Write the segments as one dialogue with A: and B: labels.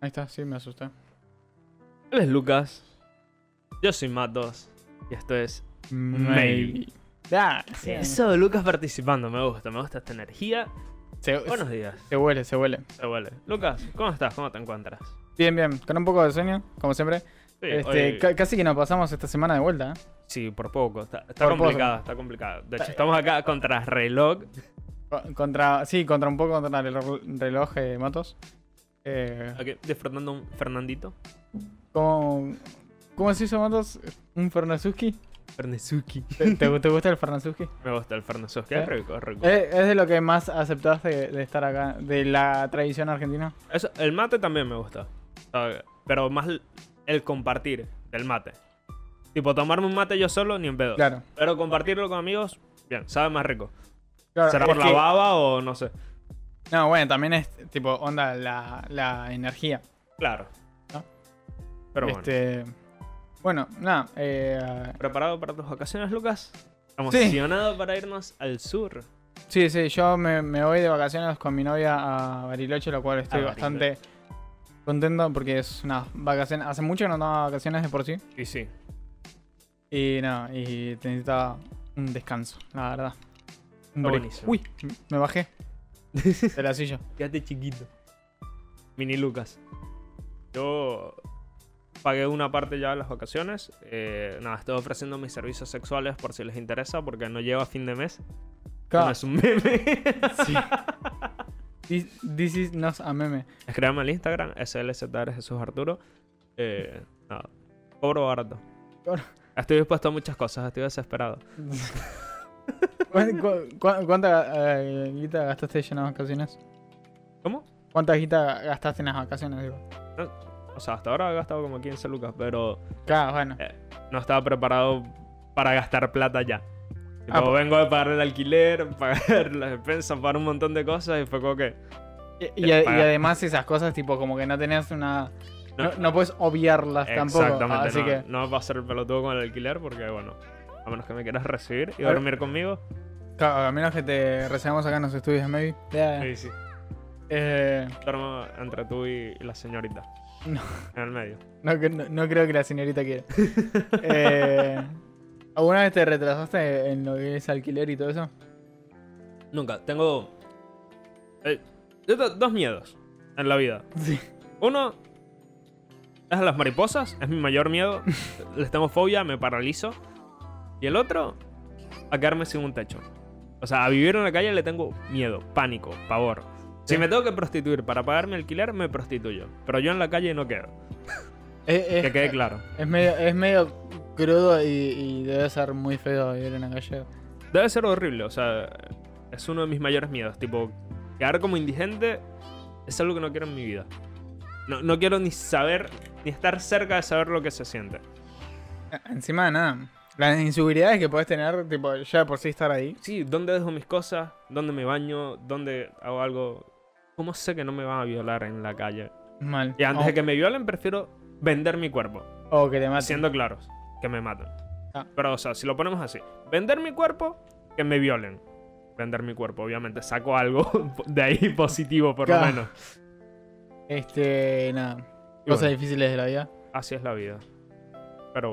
A: Ahí está, sí, me asusté.
B: Él es Lucas. Yo soy Matt 2. Y esto es. Maybe.
A: Ah,
B: Sí.
A: sí.
B: Eso de Lucas participando, me gusta, me gusta esta energía.
A: Se,
B: Buenos días.
A: se huele, se huele.
B: Se huele. Lucas, ¿cómo estás? ¿Cómo te encuentras?
A: Bien, bien. Con un poco de sueño, como siempre.
B: Sí,
A: este,
B: hoy-
A: ca- casi que nos pasamos esta semana de vuelta. ¿eh?
B: sí por poco. Está, está
A: Por poco.
B: complicado, está complicado. De hecho, estamos acá contra reloj.
A: Co- Contra, sí, contra un poco contra el rel- reloj de Matos. Eh,
B: Aquí, disfrutando un Fernandito.
A: ¿cómo, ¿Cómo se hizo Matos? ¿Un Fernazuski?
B: Fernezuki.
A: ¿Te, te, te gusta el Fernazuski?
B: Me gusta el Fernezuki. Es
A: Eh.
B: rico, es rico.
A: Eh, ¿Es de lo que más aceptás de, de estar acá? ¿De la tradición argentina?
B: Eso- el mate también me gusta. Ah, Pero más l- el compartir del mate. Tipo, tomarme un mate yo solo, ni en pedo.
A: Claro.
B: Pero compartirlo con amigos, bien, sabe más rico.
A: claro
B: ¿Será
A: es
B: por la
A: que-
B: baba o no sé?
A: No, bueno, también es tipo onda la, la energía.
B: Claro.
A: ¿No?
B: Pero bueno.
A: este, bueno. nada. eh,
B: ¿Preparado para tus vacaciones, Lucas?
A: Sí.
B: ¿Emocionado para irnos al sur?
A: sí, sí, yo me, me voy de vacaciones con mi novia a Bariloche, lo cual estoy
B: A
A: bastante contento porque es una vacación. Hace mucho que no tomaba vacaciones de por sí.
B: Y sí.
A: Y nada, y necesitaba un descanso, la verdad. Un
B: Está
A: break.
B: buenísimo.
A: Uy, me bajé de la silla.
B: Quédate chiquito. Mini Lucas. Yo pagué una parte ya de las vacaciones. Eh, nada, estoy ofreciendo mis servicios sexuales por si les interesa, porque no llego a fin de mes. No
A: Claro,
B: es un meme.
A: sí. This, this is not a meme.
B: Escríbame al Instagram, SLZR Jesús Arturo. Eh, nada, cobro barato.
A: Cobro.
B: Estoy dispuesto a muchas cosas, estoy desesperado.
A: ¿Cuán- cu- cu- ¿Cuánta eh, guita gastaste en las vacaciones?
B: ¿Cómo?
A: ¿Cuánta guita gastaste en las vacaciones? Digo?
B: O sea, hasta ahora he gastado como 15 lucas, pero
A: Claro, bueno.
B: no estaba preparado para gastar plata ya.
A: Ah,
B: Tipo,
A: po-
B: vengo de pagar el alquiler, pagar las despensas, pagar un montón de cosas y fue como que... Eh,
A: Y, y- y
B: paga.
A: además esas cosas, tipo, como que no tenés una...
B: No.
A: No, no puedes obviarlas Pues tampoco.
B: Exactamente,
A: Así
B: no,
A: que...
B: no va a ser el pelotudo con el alquiler porque, bueno, a menos que me quieras recibir y dormir conmigo.
A: Claro, a menos que te recibamos acá en los estudios de Maybe. Ya,
B: Sí, sí.
A: eh,
B: Duermo entre tú y la señorita.
A: No.
B: En el medio.
A: no, cre- no- no creo que la señorita quiera. Eh, ¿Alguna vez te retrasaste en lo que es alquiler y todo eso?
B: Nunca. Tengo. eh, yo tengo dos miedos en la vida.
A: Sí.
B: Uno es a las mariposas, es mi mayor miedo. Les tengo fobia, me paralizo. Y el otro, a quedarme sin un techo. O sea, a vivir en la calle le tengo miedo, pánico, pavor. Si
A: Sí.
B: me tengo que prostituir para pagar mi alquiler, me prostituyo. Pero yo en la calle no quedo.
A: Es, es-
B: Que quede claro.
A: es medio, es medio crudo y, y debe ser muy feo vivir en la calle.
B: Debe ser horrible, o sea, es uno de mis mayores miedos. Tipo, quedar como indigente es algo que no quiero en mi vida. No, no quiero ni saber, ni estar cerca de saber lo que se siente.
A: Encima de nada. Las inseguridades que podés tener, tipo, ya de por sí estar ahí.
B: Sí, ¿dónde dejo mis cosas? ¿Dónde me baño? ¿Dónde hago algo? ¿Cómo sé que no me van a violar en la calle?
A: Mal.
B: Y antes
A: o,
B: de que me violen, prefiero vender mi cuerpo.
A: o que te maten.
B: Siendo claros, que me matan.
A: Ah.
B: Pero, o sea, si lo ponemos así: vender mi cuerpo, que me violen. Vender mi cuerpo, obviamente, saco algo de ahí positivo, por
A: Claro.
B: lo menos.
A: Este, nada.
B: Y
A: Cosas
B: bueno.
A: difíciles de la vida.
B: Así es la vida. Pero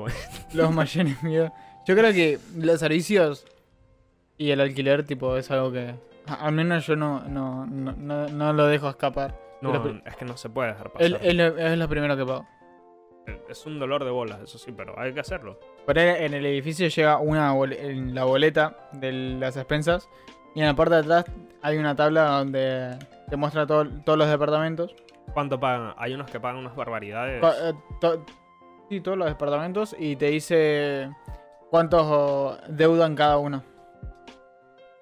B: bueno.
A: Los mayores miedos. Yo creo que los servicios y el alquiler, tipo, es algo que. a- Al menos yo no, no, no, no, no lo dejo escapar.
B: No,
A: Pero- pues
B: es que no se puede dejar pasar.
A: Es, es lo, es lo primero que pago.
B: es un dolor de bolas, eso sí, pero hay que hacerlo.
A: Por ahí en el edificio llega una bol- en la boleta de las expensas. Y en la parte de atrás hay una tabla donde te muestra todo- todos los departamentos.
B: ¿Cuánto pagan? Hay unos que pagan unas barbaridades.
A: Pa- eh, to- sí, todos los departamentos. Y te dice cuántos oh, deudan cada uno.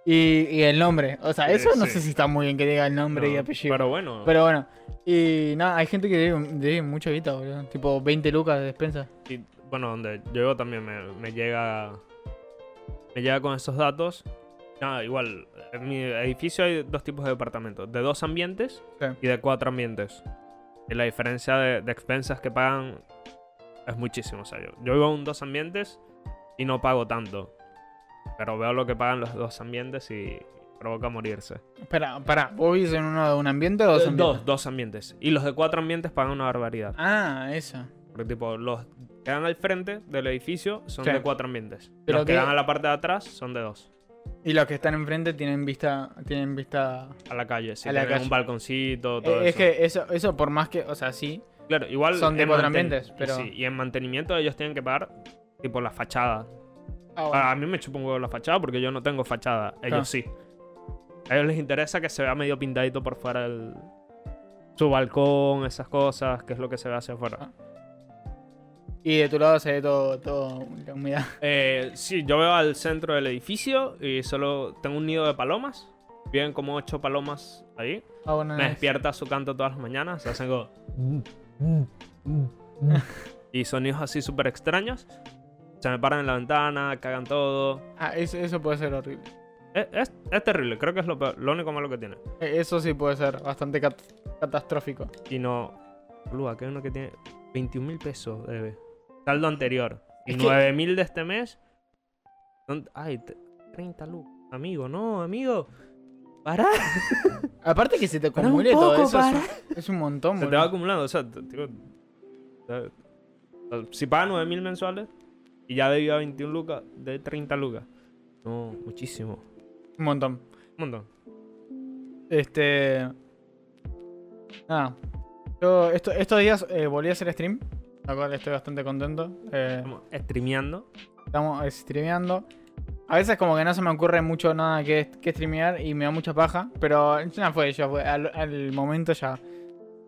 A: Y, y el nombre. O sea,
B: Eh,
A: eso no
B: sí.
A: sé si está muy bien que diga el nombre y
B: No,
A: apellido. Pero,
B: Pero bueno,
A: bueno. Y nada, hay gente que debe, debe mucha guita, boludo. Tipo 20 lucas de despensa.
B: y- bueno, donde yo vivo también me, me llega. Me llega con esos datos. Nada, igual. En mi edificio hay dos tipos de departamentos: de dos ambientes
A: Sí.
B: y de cuatro ambientes. Y la diferencia de, de expensas que pagan es muchísimo. O sea, yo, yo vivo en un dos ambientes y no pago tanto. Pero veo lo que pagan los dos ambientes y provoca morirse.
A: Espera, pará, ¿vos vivís en uno de un ambiente o dos
B: Eh,
A: ambientes?
B: Dos, dos ambientes. Y los de cuatro ambientes pagan una barbaridad.
A: Ah, eso.
B: Porque, tipo, los que dan al frente del edificio son
A: Sí.
B: de cuatro ambientes.
A: Pero
B: los que
A: que-
B: dan a la parte de atrás son de dos.
A: Y los que están enfrente tienen vista. Tienen vista.
B: A la calle, sí.
A: A la
B: tienen
A: calle.
B: un balconcito, todo
A: Eh, es
B: eso.
A: que eso, eso por más que. O sea, sí.
B: Claro, igual.
A: son de
B: en
A: cuatro
B: manten-
A: ambientes, pero-
B: Sí, y en mantenimiento ellos tienen que pagar, tipo, la fachada.
A: Ah, bueno.
B: A a mí me chupa un huevo la fachada porque yo no tengo fachada. Ellos
A: Claro.
B: sí. A ellos les interesa que se vea medio pintadito por fuera el... su balcón, esas cosas, que es lo que se ve hacia afuera.
A: Ah. Y de tu lado se ve todo, todo la humedad.
B: Eh, sí, yo veo al centro del edificio y solo tengo un nido de palomas. Viven como ocho palomas ahí.
A: Ah, bueno,
B: Me
A: es-
B: despierta su canto todas las mañanas. Hacen como... y sonidos así súper extraños. Se me paran en la ventana, cagan todo.
A: Ah, eso, eso puede ser horrible.
B: Es, es- es terrible, creo que es lo, peor- lo único malo que tiene.
A: Eh, Eso sí puede ser bastante cat- catastrófico.
B: Y no. Boluda, que hay uno que tiene 21 mil pesos, debe. Saldo anterior. Y
A: Es que-
B: 9 mil de este mes. Son- Ay, t- 30 lucas. Amigo, no, amigo. Pará.
A: Aparte que se te
B: Pará un
A: acumule todo
B: poco,
A: eso. es un-
B: pará.
A: Es, un montón,
B: Se te va
A: boludo.
B: acumulando. O sea, t- tipo, eh, eh, si paga 9 mil mensuales y ya debió a 21 lucas, de 30 lucas. No, muchísimo.
A: Un montón.
B: Un montón.
A: Este. Nada. Yo esto- estos días eh, volví a hacer stream. La cual estoy bastante contento. Eh,
B: Estamos streameando.
A: estamos eh, streameando. A veces como que no se me ocurre mucho nada que, que streamear y me da mucha paja, pero ya fue, ya fue. Al, al momento ya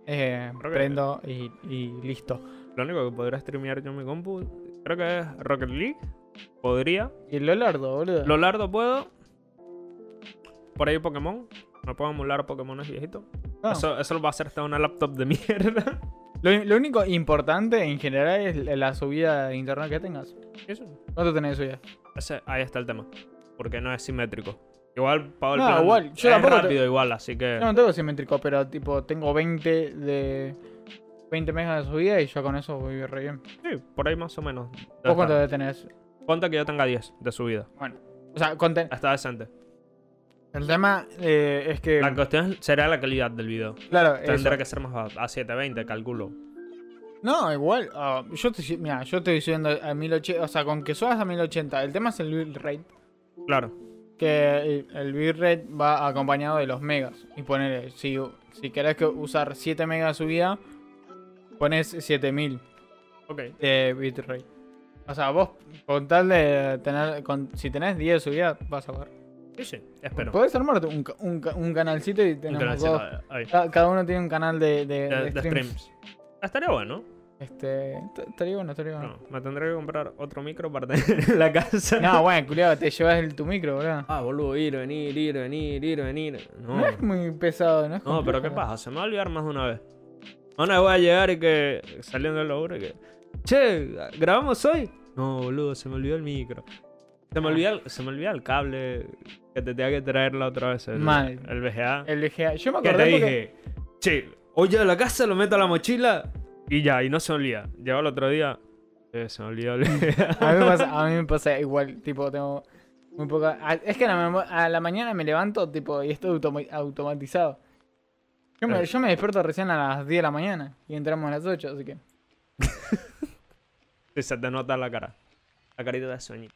A: eh,
B: Creo que-
A: prendo y, y listo.
B: Lo único que podría streamear yo en mi compu, creo que es Rocket League. Podría.
A: Y lo lardo, boludo.
B: Lolardo puedo. Por ahí Pokémon. Me puedo emular Pokémones viejitos.
A: No,
B: Eso, eso lo va a hacer hasta una laptop de mierda.
A: Lo, lo único importante en general es la subida de internet que tengas.
B: Eso.
A: ¿Cuánto tenés de subida?
B: Ese- ahí está el tema. Porque no es simétrico. Igual, pago el
A: No,
B: plan-
A: igual, yo
B: es
A: tampoco te-
B: rápido igual, así que...
A: No, no tengo simétrico, pero tipo tengo 20 de 20 megas de subida y yo con eso voy re bien.
B: Sí, por ahí más o menos.
A: ¿Vos cuánto
B: Ponte
A: de tenés?
B: que yo tenga 10 de subida.
A: Bueno, o sea, conten-
B: Está decente.
A: el tema eh, es que
B: La cuestión será la calidad del video.
A: claro, eso.
B: Tendrá que ser más bajo. A 720, calculo.
A: No, igual. ah, yo estoy, mira, yo estoy subiendo a 1080. O sea, con que subas a 1080. El tema es el bitrate.
B: Claro.
A: Que el, el bitrate va acompañado de los megas. Y poner, si, si querés que usar 7 megas de subida, pones 7000
B: Ok.
A: de bitrate. O sea, vos, con tal de tener. con- si tenés 10 de subida, vas a ver.
B: Sí, sí. Espero.
A: Podés armarte un, ca- un ca- un canalcito y
B: Un
A: tenemos
B: canal
A: dos-
B: cerrado, ahí.
A: ca- Cada uno tiene un canal de, de-
B: De,
A: de
B: de
A: streams.
B: streams. Estaría bueno.
A: Este, t- estaría bueno, estaría bueno.
B: No, me tendré que comprar otro micro para tener en la casa.
A: No, bueno, culiado, te llevas el, tu micro, boludo.
B: Ah, boludo, ir, venir, ir, venir, ir, venir. No,
A: No es muy pesado, ¿no? Es
B: no, pero
A: complejo.
B: ¿qué pasa? Se me va a olvidar más de una vez. Una vez voy a llegar y que saliendo del laburo y que... Che, ¿grabamos hoy? No, boludo, se me olvidó el micro. Se me olvida el, se me olvida el cable que te tenía que traer la otra vez. El,
A: Mal.
B: El VGA.
A: El VGA. Yo me
B: que
A: acordé
B: te
A: porque-
B: dije, che, hoy llego a la casa, lo meto a la mochila y ya, y no se me olvida. Llegó el otro día, "Eh, se me olvidó el VGA.
A: A mí, me pasa, a mí me pasa igual, tipo, tengo muy poca. a- Es que a la, memo- a la mañana me levanto, tipo, y estoy automa- automatizado. Yo me,
B: Claro.
A: yo me despierto recién a las 10 de la mañana y entramos a las 8, así que.
B: Sí, se te nota la cara. La carita de sueñito.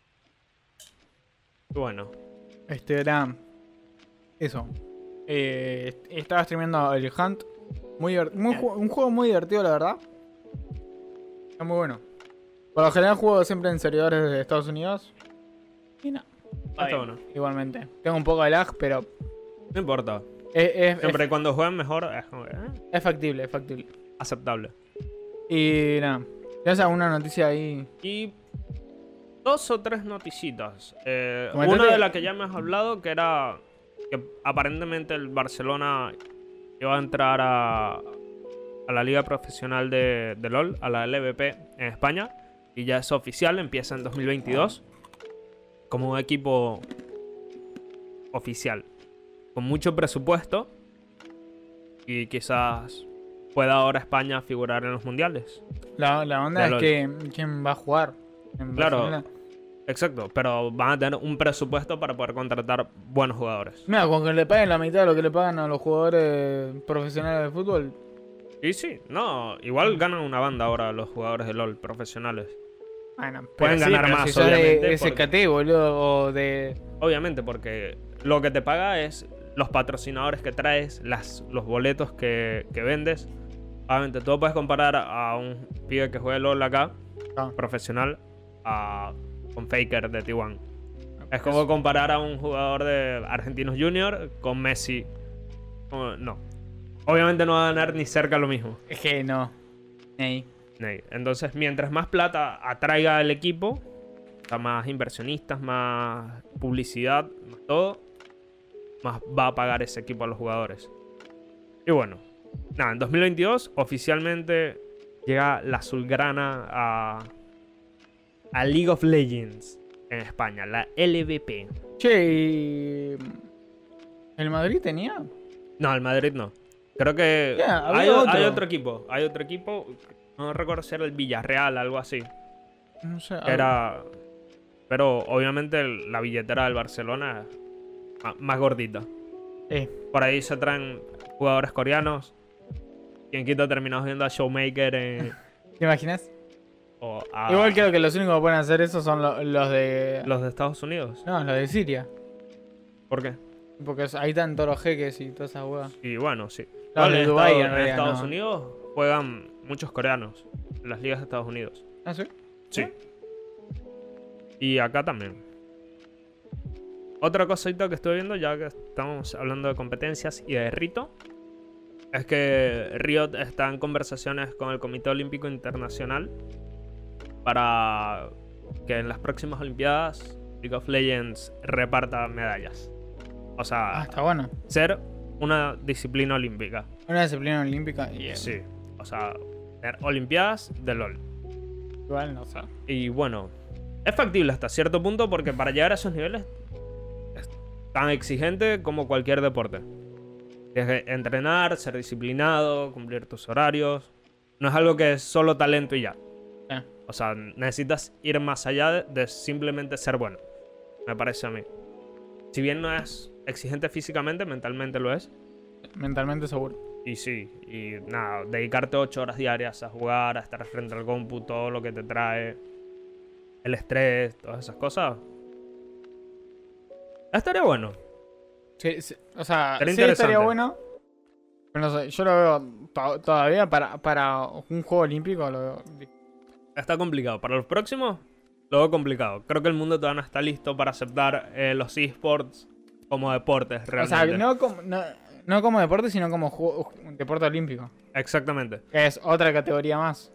B: Bueno,
A: Este era. Eso. Eh, est- estaba streameando el Hunt. Muy divert- muy ju- un juego muy divertido, la verdad. Está muy bueno. Por lo general juego siempre en servidores de Estados Unidos. Y no.
B: está bueno.
A: Igualmente. Tengo un poco de lag, pero
B: No importa.
A: es, es-
B: Siempre y cuando jueguen mejor, es como que, eh,
A: es- es factible, es factible.
B: aceptable.
A: Y nada. ¿Tienes alguna noticia ahí?
B: Y dos o tres noticitas. Eh,
A: Coméntate.
B: una de las que ya me has hablado, que era que aparentemente el Barcelona iba a entrar a, a la liga profesional de, de LOL, a la LVP en España, y ya es oficial, empieza en 2022, como un equipo oficial, con mucho presupuesto, y quizás pueda ahora España figurar en los mundiales.
A: La, la onda
B: De
A: es
B: LOL.
A: que quién va a jugar. en
B: Claro.
A: Barcelona?
B: Exacto, pero van a tener un presupuesto para poder contratar buenos jugadores.
A: Mira, con que le paguen la mitad de lo que le pagan a los jugadores profesionales de fútbol.
B: Y sí, no, igual ganan una banda ahora los jugadores de LOL profesionales.
A: Bueno, pero
B: Pueden ganar
A: pero
B: más,
A: Si sos
B: obviamente,
A: de
B: porque-
A: SKT, boludo, o de.
B: Obviamente, porque lo que te paga es los patrocinadores que traes, las, los boletos que, que vendes. Obviamente, tú puedes comparar a un pibe que juega LOL acá,
A: Ah.
B: profesional, a un faker de T1. Es como comparar a un jugador de Argentinos Junior con Messi. Como- No. Obviamente no va a ganar ni cerca lo mismo.
A: Es que no. Ey.
B: Ney. Entonces, mientras más plata atraiga al equipo, o sea, más inversionistas, más publicidad, más todo, más va a pagar ese equipo a los jugadores. Y bueno, nada, en 2022 oficialmente llega la Zulgrana a, a League of Legends en España, la LVP.
A: Che, y. ¿El Madrid tenía?
B: No, el Madrid no. Creo que
A: Ya, había
B: hay, o-
A: otro.
B: hay otro equipo, hay otro equipo, no recuerdo si era el Villarreal, algo así.
A: No sé.
B: que era. Pero obviamente el- la billetera del Barcelona es ma- más gordita.
A: Eh,
B: Por ahí se traen jugadores coreanos. Quien quita terminamos viendo a Showmaker en-
A: ¿Te imaginas?
B: o a
A: Igual creo que los únicos que pueden hacer eso son lo- los de.
B: los de Estados Unidos.
A: No, los de Siria.
B: ¿Por qué?
A: Porque ahí están todos los jeques y todas esas huevas.
B: Y bueno, sí.
A: Los
B: Igual
A: de
B: en
A: Dubái,
B: Estados-
A: en
B: en
A: realidad,
B: Estados
A: no.
B: Unidos juegan muchos coreanos. En las ligas de Estados Unidos.
A: ¿Ah, sí?
B: Sí. Y acá también. Otra cosita que estoy viendo, ya que estamos hablando de competencias y de Rito, es que Riot está en conversaciones con el Comité Olímpico Internacional para que en las próximas Olimpiadas League of Legends reparta medallas. O
A: Ah,
B: sea,
A: está bueno.
B: ser una disciplina olímpica.
A: Una disciplina olímpica y.
B: Sí. O sea, tener Olimpiadas de LOL.
A: Igual, no sé.
B: Y bueno, es factible hasta cierto punto porque para llegar a esos niveles es tan exigente como cualquier deporte. Desde entrenar, ser disciplinado, cumplir tus horarios. No es algo que es solo talento y ya.
A: Eh.
B: O sea, necesitas ir más allá de- de simplemente ser bueno. Me parece a mí. Si bien no es exigente físicamente, mentalmente lo es.
A: Mentalmente seguro.
B: Y sí, y nada, dedicarte ocho horas diarias a jugar, a estar frente al compu, todo lo que te trae, el estrés, todas esas cosas. Estaría bueno.
A: Sí, sí, o sea,
B: Sería
A: sí estaría
B: interesante.
A: bueno. Pero no sé, yo lo veo to- todavía para, para un juego olímpico. Lo veo.
B: Está complicado. Para los próximos, lo veo complicado. Creo que el mundo todavía no está listo para aceptar eh, los esports como deportes
A: O sea,
B: realmente.
A: no como, no, no como deporte, sino como juego- un deporte olímpico.
B: Exactamente.
A: Que es otra categoría más.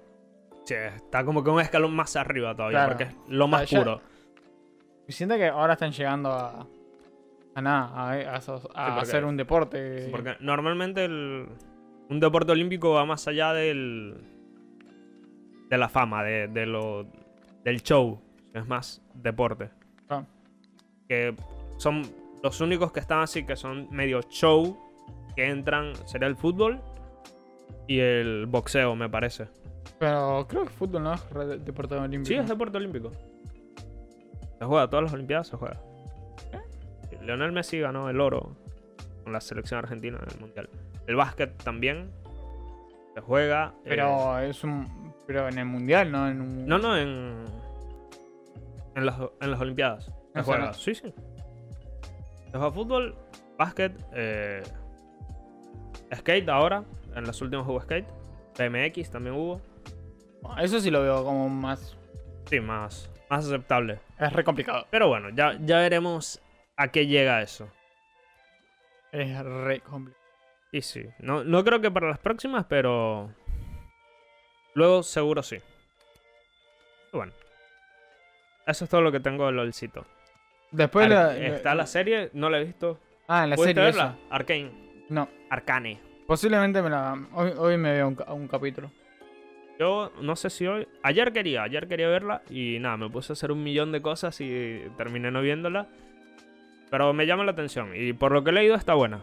B: Sí, está como que un escalón más arriba todavía,
A: Claro.
B: porque es lo
A: Ah,
B: más
A: ya-
B: puro.
A: Y siento que ahora están llegando a. A nada, a, a esos- a
B: porque-
A: hacer un deporte.
B: Porque normalmente el- un deporte olímpico va más allá del, de la fama, de, de lo, del show. Es más deporte.
A: Ah.
B: Que son los únicos que están así, que son medio show, que entran, sería el fútbol y el boxeo, me parece.
A: Pero creo que fútbol no es re- deporte olímpico.
B: Sí, es deporte olímpico. Se juega, todas las Olimpiadas se juega. Leonel Messi ganó el oro con la selección argentina en el mundial. El básquet también se juega. eh,
A: Pero es un. Pero en el mundial, no en un.
B: no, no, en. En las, en las Olimpiadas. Se
A: sea,
B: juega.
A: no-
B: Sí, sí. Se juega fútbol, básquet, eh, skate ahora. En los últimos hubo skate. BMX también hubo.
A: Eso sí lo veo como más.
B: Sí, más, más aceptable.
A: Es re complicado.
B: Pero bueno, ya, ya veremos a qué llega eso.
A: Es re complicado.
B: Y sí, no, no creo que para las próximas, pero luego seguro sí. Y Bueno, eso es todo lo que tengo del LOLcito.
A: Después
B: Ar-
A: Pues la,
B: Está la serie, no la he visto.
A: Ah, la
B: ¿Pudiste
A: serie esa.
B: verla? Arcane.
A: No.
B: Arcane.
A: Posiblemente me la. Hoy, hoy me veo un, ca- un capítulo.
B: Yo no sé si hoy. Ayer quería, ayer quería verla y nada, me puse a hacer un millón de cosas y terminé no viéndola. Pero me llama la atención y por lo que he leído está buena.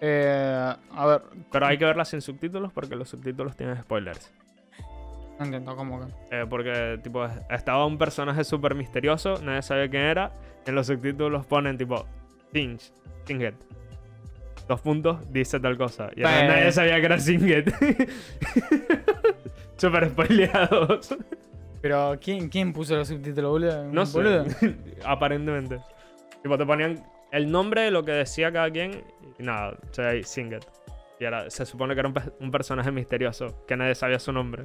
A: Eh, a ver.
B: Pero hay que verla sin subtítulos porque los subtítulos tienen spoilers.
A: No entiendo cómo que.
B: Eh, porque, tipo, estaba un personaje súper misterioso, nadie sabía quién era. En los subtítulos ponen, tipo, Tinge, Tinget. Dos puntos, dice tal cosa. Y ahora
A: Pero-
B: nadie sabía que era Tinget. Súper spoileados.
A: Pero, ¿quién, quién puso los subtítulos, boludo?
B: No
A: ¿Un
B: sé.
A: boludo?
B: Aparentemente. Tipo, te ponían el nombre de lo que decía cada quien y nada, o sea, ahí, Singet. Y ahora se supone que era un, pe- un personaje misterioso, que nadie sabía su nombre.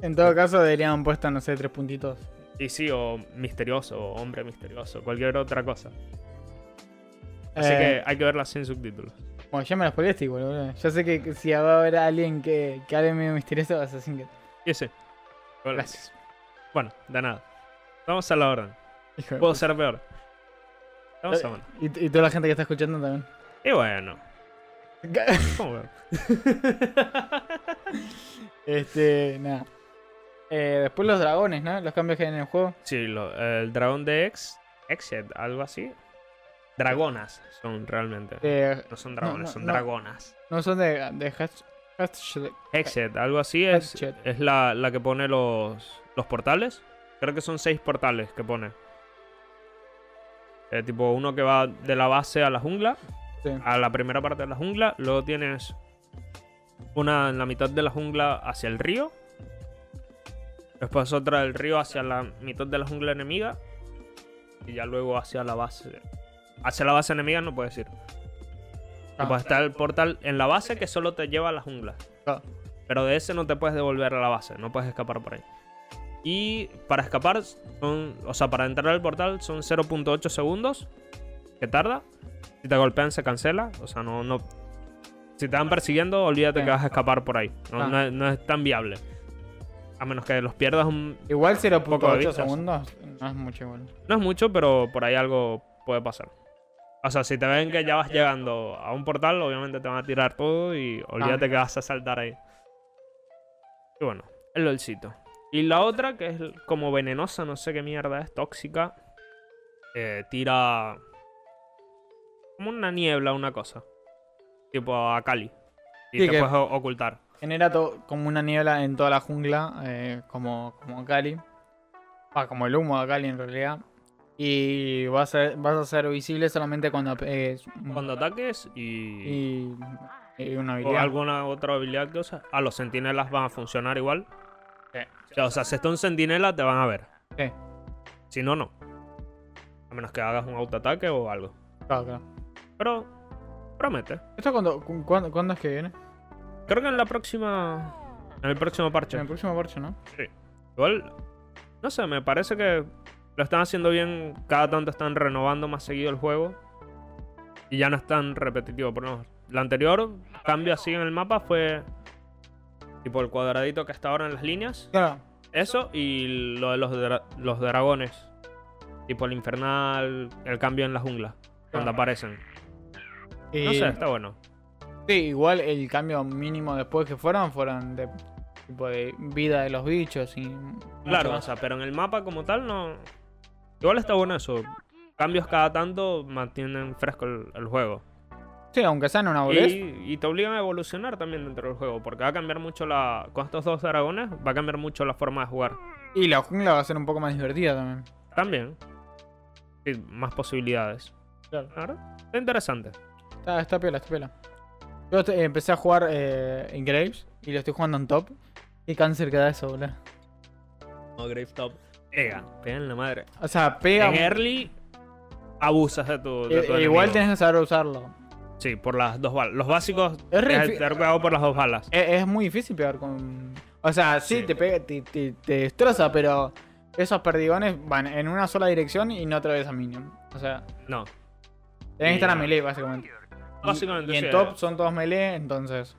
A: En todo caso, deberían haber puesto, no sé, tres puntitos.
B: Y sí, o misterioso, o hombre misterioso, cualquier otra cosa. Así
A: Eh,
B: que hay que verla sin subtítulos.
A: Bueno, ya me las spoileaste, igual, boludo. Ya sé que que si va a haber alguien que, que hable medio misterioso, vas a sin que.
B: Y ese. Bueno,
A: Gracias.
B: Bueno, de nada. Vamos a la orden.
A: Hijo de
B: Puedo ser peor. Vamos a
A: Eh.
B: bueno.
A: Y, y toda la gente que está escuchando también.
B: Y bueno. ¿Cómo ver?
A: este, nada. Eh, después los dragones, ¿no? Los cambios que hay en el juego.
B: Sí, lo- el dragón de Ex. Exet, algo así. Dragonas son realmente.
A: Eh,
B: No son
A: no,
B: dragones,
A: no,
B: son
A: no.
B: dragonas.
A: no son de, de Hatch- Hatch-
B: Exet, algo así es,
A: Hatchet.
B: es la, la que pone los, los portales. Creo que son seis portales que pone. Eh, tipo uno que va de la base a la jungla.
A: sí.
B: a la primera parte de la jungla, luego tienes una en la mitad de la jungla hacia el río, después otra del río hacia la mitad de la jungla enemiga y ya luego hacia la base. Hacia la base enemiga no puedes ir.
A: Ah.
B: Tipo, está el portal en la base que solo te lleva a la jungla.
A: Ah.
B: Pero de ese no te puedes devolver a la base, no puedes escapar por ahí. Y para escapar, son- o sea, para entrar al portal son 0.8 segundos que tarda. Si te golpean, se cancela. O sea, no. no si te van persiguiendo, olvídate
A: Sí.
B: que vas a escapar por ahí. No,
A: Ah.
B: no es, no es tan viable. A menos que los pierdas. un-
A: Igual
B: Poco de
A: 0.8
B: vistas.
A: segundos no es mucho igual.
B: No es mucho, pero por ahí algo puede pasar. O sea, si te ven que ya vas llegando a un portal, obviamente te van a tirar todo y
A: Ah.
B: olvídate que vas a saltar ahí. Y bueno, el lolcito. Y la otra, que es como venenosa, no sé qué mierda es, tóxica. eh, tira. Como una niebla, una cosa. Tipo a Cali. Y
A: Sí,
B: te
A: que-
B: puedes o- ocultar.
A: Genera to- como una niebla en toda la jungla, eh, como, como Akali. Ah, como el humo de Akali en realidad. Y vas a, vas a ser visible solamente cuando eh,
B: Cuando ataques y.
A: y, y una
B: o
A: habilidad.
B: alguna otra habilidad que usas. A los sentinelas van a funcionar igual.
A: Sí.
B: O sea, o sea, si está un sentinela, te van a ver.
A: Sí.
B: Si no, no. A menos que hagas un autoataque o algo.
A: Claro, claro.
B: Pero. Promete.
A: ¿Esto cuándo, cu- cuándo- cuándo es que viene?
B: Creo que en la próxima. En el próximo parche.
A: En el próximo parche, ¿no?
B: Igual, no sé, me parece que lo están haciendo bien. Cada tanto están renovando más seguido el juego. Y ya no es tan repetitivo, por lo menos. La anterior cambio así en el mapa fue tipo el cuadradito que está ahora en las líneas.
A: Claro.
B: Eso y lo de los, dra- los dragones. Tipo el infernal, el cambio en la jungla.
A: Claro.
B: Cuando aparecen.
A: Ah. Y,
B: No sé, está bueno.
A: Sí, igual el cambio mínimo después que fueron, fueron de tipo de vida de los bichos y. mucho
B: Claro, o
A: más.
B: sea, pero en el mapa como tal no. Igual está bueno eso. Cambios cada tanto mantienen fresco el- el juego.
A: Sí, aunque sean una boludez.
B: Y, y te obligan a evolucionar también dentro del juego, porque va a cambiar mucho la. Con estos dos dragones, va a cambiar mucho la forma de jugar.
A: Y la jungla va a ser un poco más divertida también.
B: También. Sí, más posibilidades.
A: Claro.
B: Ahora, Está interesante.
A: Está, está piola, está piola. Yo te- empecé a jugar eh, en Graves y lo estoy jugando en top. Qué cáncer que da eso, boludo.
B: No, Oh, Grave Top. Pega, pega en la madre.
A: O sea, pega.
B: En early, abusas de tu. de
A: eh,
B: tu
A: eh, igual
B: enemigo.
A: tenés que saber usarlo.
B: Sí, por las dos balas. Los básicos.
A: Es
B: Es
A: re
B: el
A: difí- Eh,
B: tener cuidado por las dos balas.
A: Es, es muy difícil pegar con. O sea, sí,
B: Sí.
A: Te, pega, te, te- te destroza, pero esos perdigones van en una sola dirección y no atraviesan minion. O sea,
B: No.
A: tenés que estar a
B: Y-
A: melee, básicamente. Y-
B: Básicamente,
A: y,
B: sí,
A: en
B: eh.
A: top son todos melee, entonces.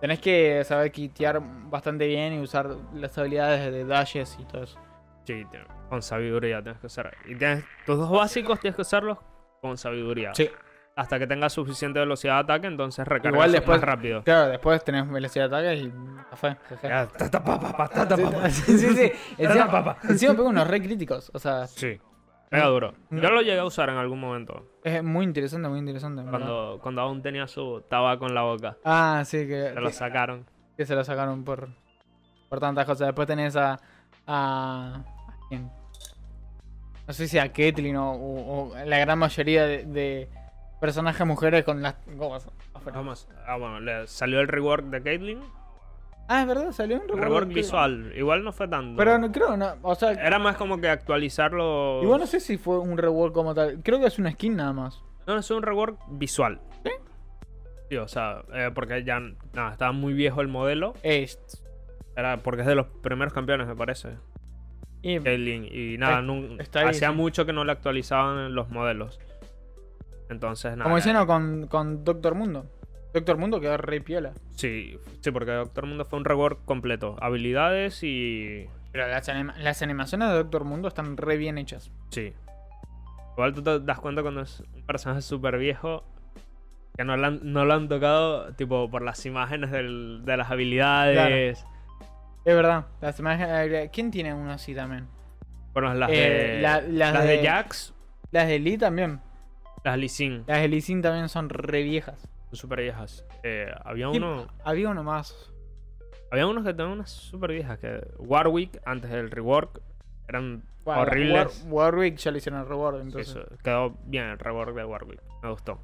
A: Tenés que saber kitear bastante bien y usar las habilidades de dashes y todo eso.
B: Sí, te- con sabiduría tienes que usar. Y tienes, tus dos básicos tienes que usarlos con sabiduría.
A: Sí.
B: hasta que tenga suficiente velocidad de ataque, entonces recargas
A: Igual después-
B: más rápido.
A: Claro, después tenés velocidad de ataque y ya fue. jeje.
B: Ya, ta, ta, pa, pa, pa, ta, ta, pa, pa.
A: Sí, sí, sí.
B: Ta, ta,
A: Encima,
B: pa, pa.
A: encima pega unos re críticos. O sea,
B: Sí. Pega duro.
A: No.
B: Yo lo llegué a usar en algún momento.
A: es muy interesante, muy interesante. en verdad.
B: Cuando, cuando aún tenía su tabaco en la boca.
A: Ah, sí, que,
B: Se lo
A: que-
B: sacaron.
A: que se lo sacaron por. por tantas cosas. Después tenés a. a ¿a quién? No sé si a Caitlyn o, o- o la gran mayoría de, de personajes mujeres con las gomas afuera.
B: Vamos. Ah, bueno, le salió el rework de Caitlyn.
A: Ah, es verdad, salió un recuerdo
B: Rework
A: que-
B: visual. Igual no fue tanto.
A: Pero no, creo, no, o sea,
B: Era más como que actualizarlo.
A: igual no sé si fue un rework como tal. Creo que es una skin nada más.
B: No, es un rework visual.
A: ¿Sí?
B: Sí, o sea, eh, porque ya nada, estaba muy viejo el modelo.
A: Es-
B: Era porque es de los primeros campeones, me parece.
A: y-
B: Caitlyn. Y nada,
A: Es-
B: nun-
A: está ahí,
B: hacía
A: sí.
B: mucho que no le actualizaban los modelos. Entonces, nada.
A: como hicieron con, con Doctor Mundo. Doctor Mundo quedó re piola.
B: Sí, sí, porque Doctor Mundo fue un rework completo. Habilidades y.
A: Pero las, anima- las animaciones de Doctor Mundo están re bien hechas.
B: Sí. Igual tú te das cuenta cuando es un personaje súper viejo que no lo, han, no lo han tocado, tipo, por las imágenes del- de las habilidades.
A: Es verdad, las imágenes. eh, ¿Quién tiene uno así también?
B: Bueno, las
A: Eh,
B: de.
A: la- las
B: las de...
A: de-
B: Jax,
A: Las de Lee también.
B: las Lee Sin,
A: Las de Lee Sin también son re viejas.
B: son súper viejas. Eh, había
A: ¿Quién-
B: uno.
A: Había uno más.
B: Había unos que tenían unas súper viejas. Que Warwick, antes del rework, eran
A: Bueno,
B: horribles.
A: War- Warwick ya le hicieron el rebordo, entonces.
B: Eso, quedó bien el rework de Warwick. Me gustó.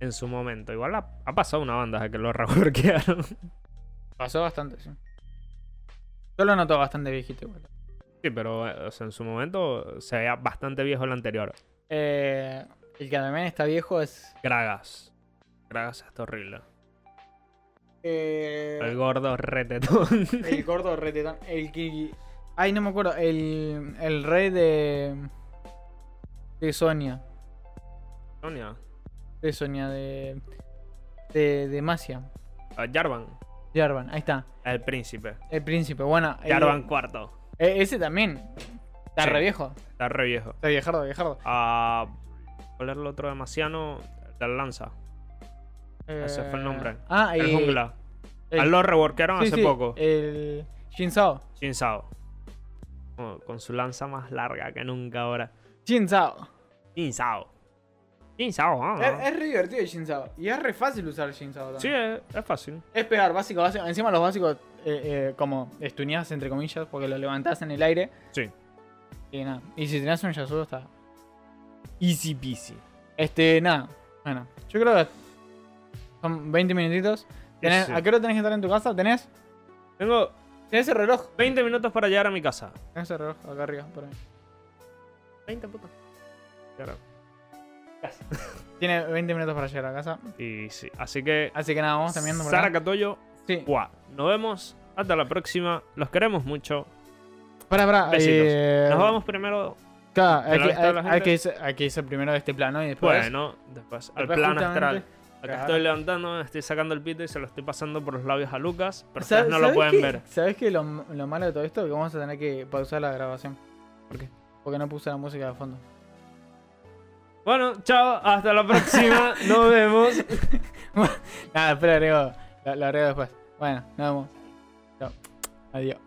B: En su momento. Igual ha, ha pasado una banda desde que lo reworkearon.
A: Pasó bastante, sí. Yo lo noto bastante viejito igual.
B: sí, pero eh, o sea, en su momento se veía bastante viejo el anterior.
A: Eh, el que también está viejo es.
B: Gragas. Gragas está horrible.
A: eh,
B: El gordo retetón.
A: el gordo retetón. El que. Ay, no me acuerdo. El, el rey de. De Sonia.
B: Sonia.
A: De Sonia, de. De, de Masia.
B: Ah, Jarvan.
A: Jarvan, ahí está.
B: El príncipe.
A: El príncipe. Bueno, el-
B: Jarvan cuarto.
A: eh, ese también. Está
B: Sí.
A: re viejo.
B: Está re viejo.
A: Está viejardo, viejardo.
B: Ah, ¿Cuál era el otro demasiado? Del lanza. Ese fue el
A: Eh,
B: nombre.
A: Ah,
B: El
A: y-
B: jungla.
A: el-
B: A él lo reworkaron
A: sí,
B: hace
A: sí, Eh.
B: poco.
A: El. Jin Sao.
B: Jin Sao. Con- con su lanza más larga que nunca ahora.
A: Jin Sao.
B: Jin Sao. Jin Sao, ah.
A: Es, es re divertido el Jin Sao. Y es re fácil usar el Jin Sao también.
B: Sí, es, es fácil.
A: Es pegar básico, básico. Encima los básicos, eh, eh, como estuneás, entre comillas, porque lo levantás en el aire.
B: Sí.
A: Y nada. Y si tenés un Yasuo, está.
B: Easy peasy.
A: Este, nada. Bueno, yo creo que son 20 minutitos. Tenés-
B: Sí.
A: ¿A qué hora tenés que estar en tu casa? ¿Tenés?
B: Tengo
A: Tenés el reloj.
B: 20 minutos para llegar a mi casa.
A: Tenés el reloj acá arriba, por ahí.
B: 20 puto. Claro.
A: Tiene 20 minutos para llegar a casa.
B: Y sí. Así que.
A: Así que nada, vamos terminando por
B: Sara
A: acá.
B: Catoyo.
A: Sí.
B: guau. Nos vemos. Hasta la próxima. Los queremos mucho.
A: Pará, pará.
B: Besitos.
A: eh,
B: Nos vamos primero.
A: acá,
B: ¿Te
A: hay,
B: lo
A: que-
B: viste a la
A: hay-
B: gente?
A: hay que irse, hay que irse primero de este plano y después.
B: Bueno, después. Al
A: después
B: plan
A: justamente-
B: astral. Acá
A: Claro.
B: estoy levantando, me estoy sacando el pito y se lo estoy pasando por los labios a Lucas, pero
A: Sa-
B: ustedes no lo
A: ¿sabes
B: pueden
A: qué?
B: ver.
A: ¿Sabes qué? Lo, lo malo de todo esto es que vamos a tener que pausar la grabación.
B: ¿Por qué?
A: Porque no puse la música de fondo.
B: Bueno, chao, hasta la próxima, nos vemos.
A: Nada, espera, agrego. Lo, lo agrego después. Bueno, nos vemos. Chao. Adiós.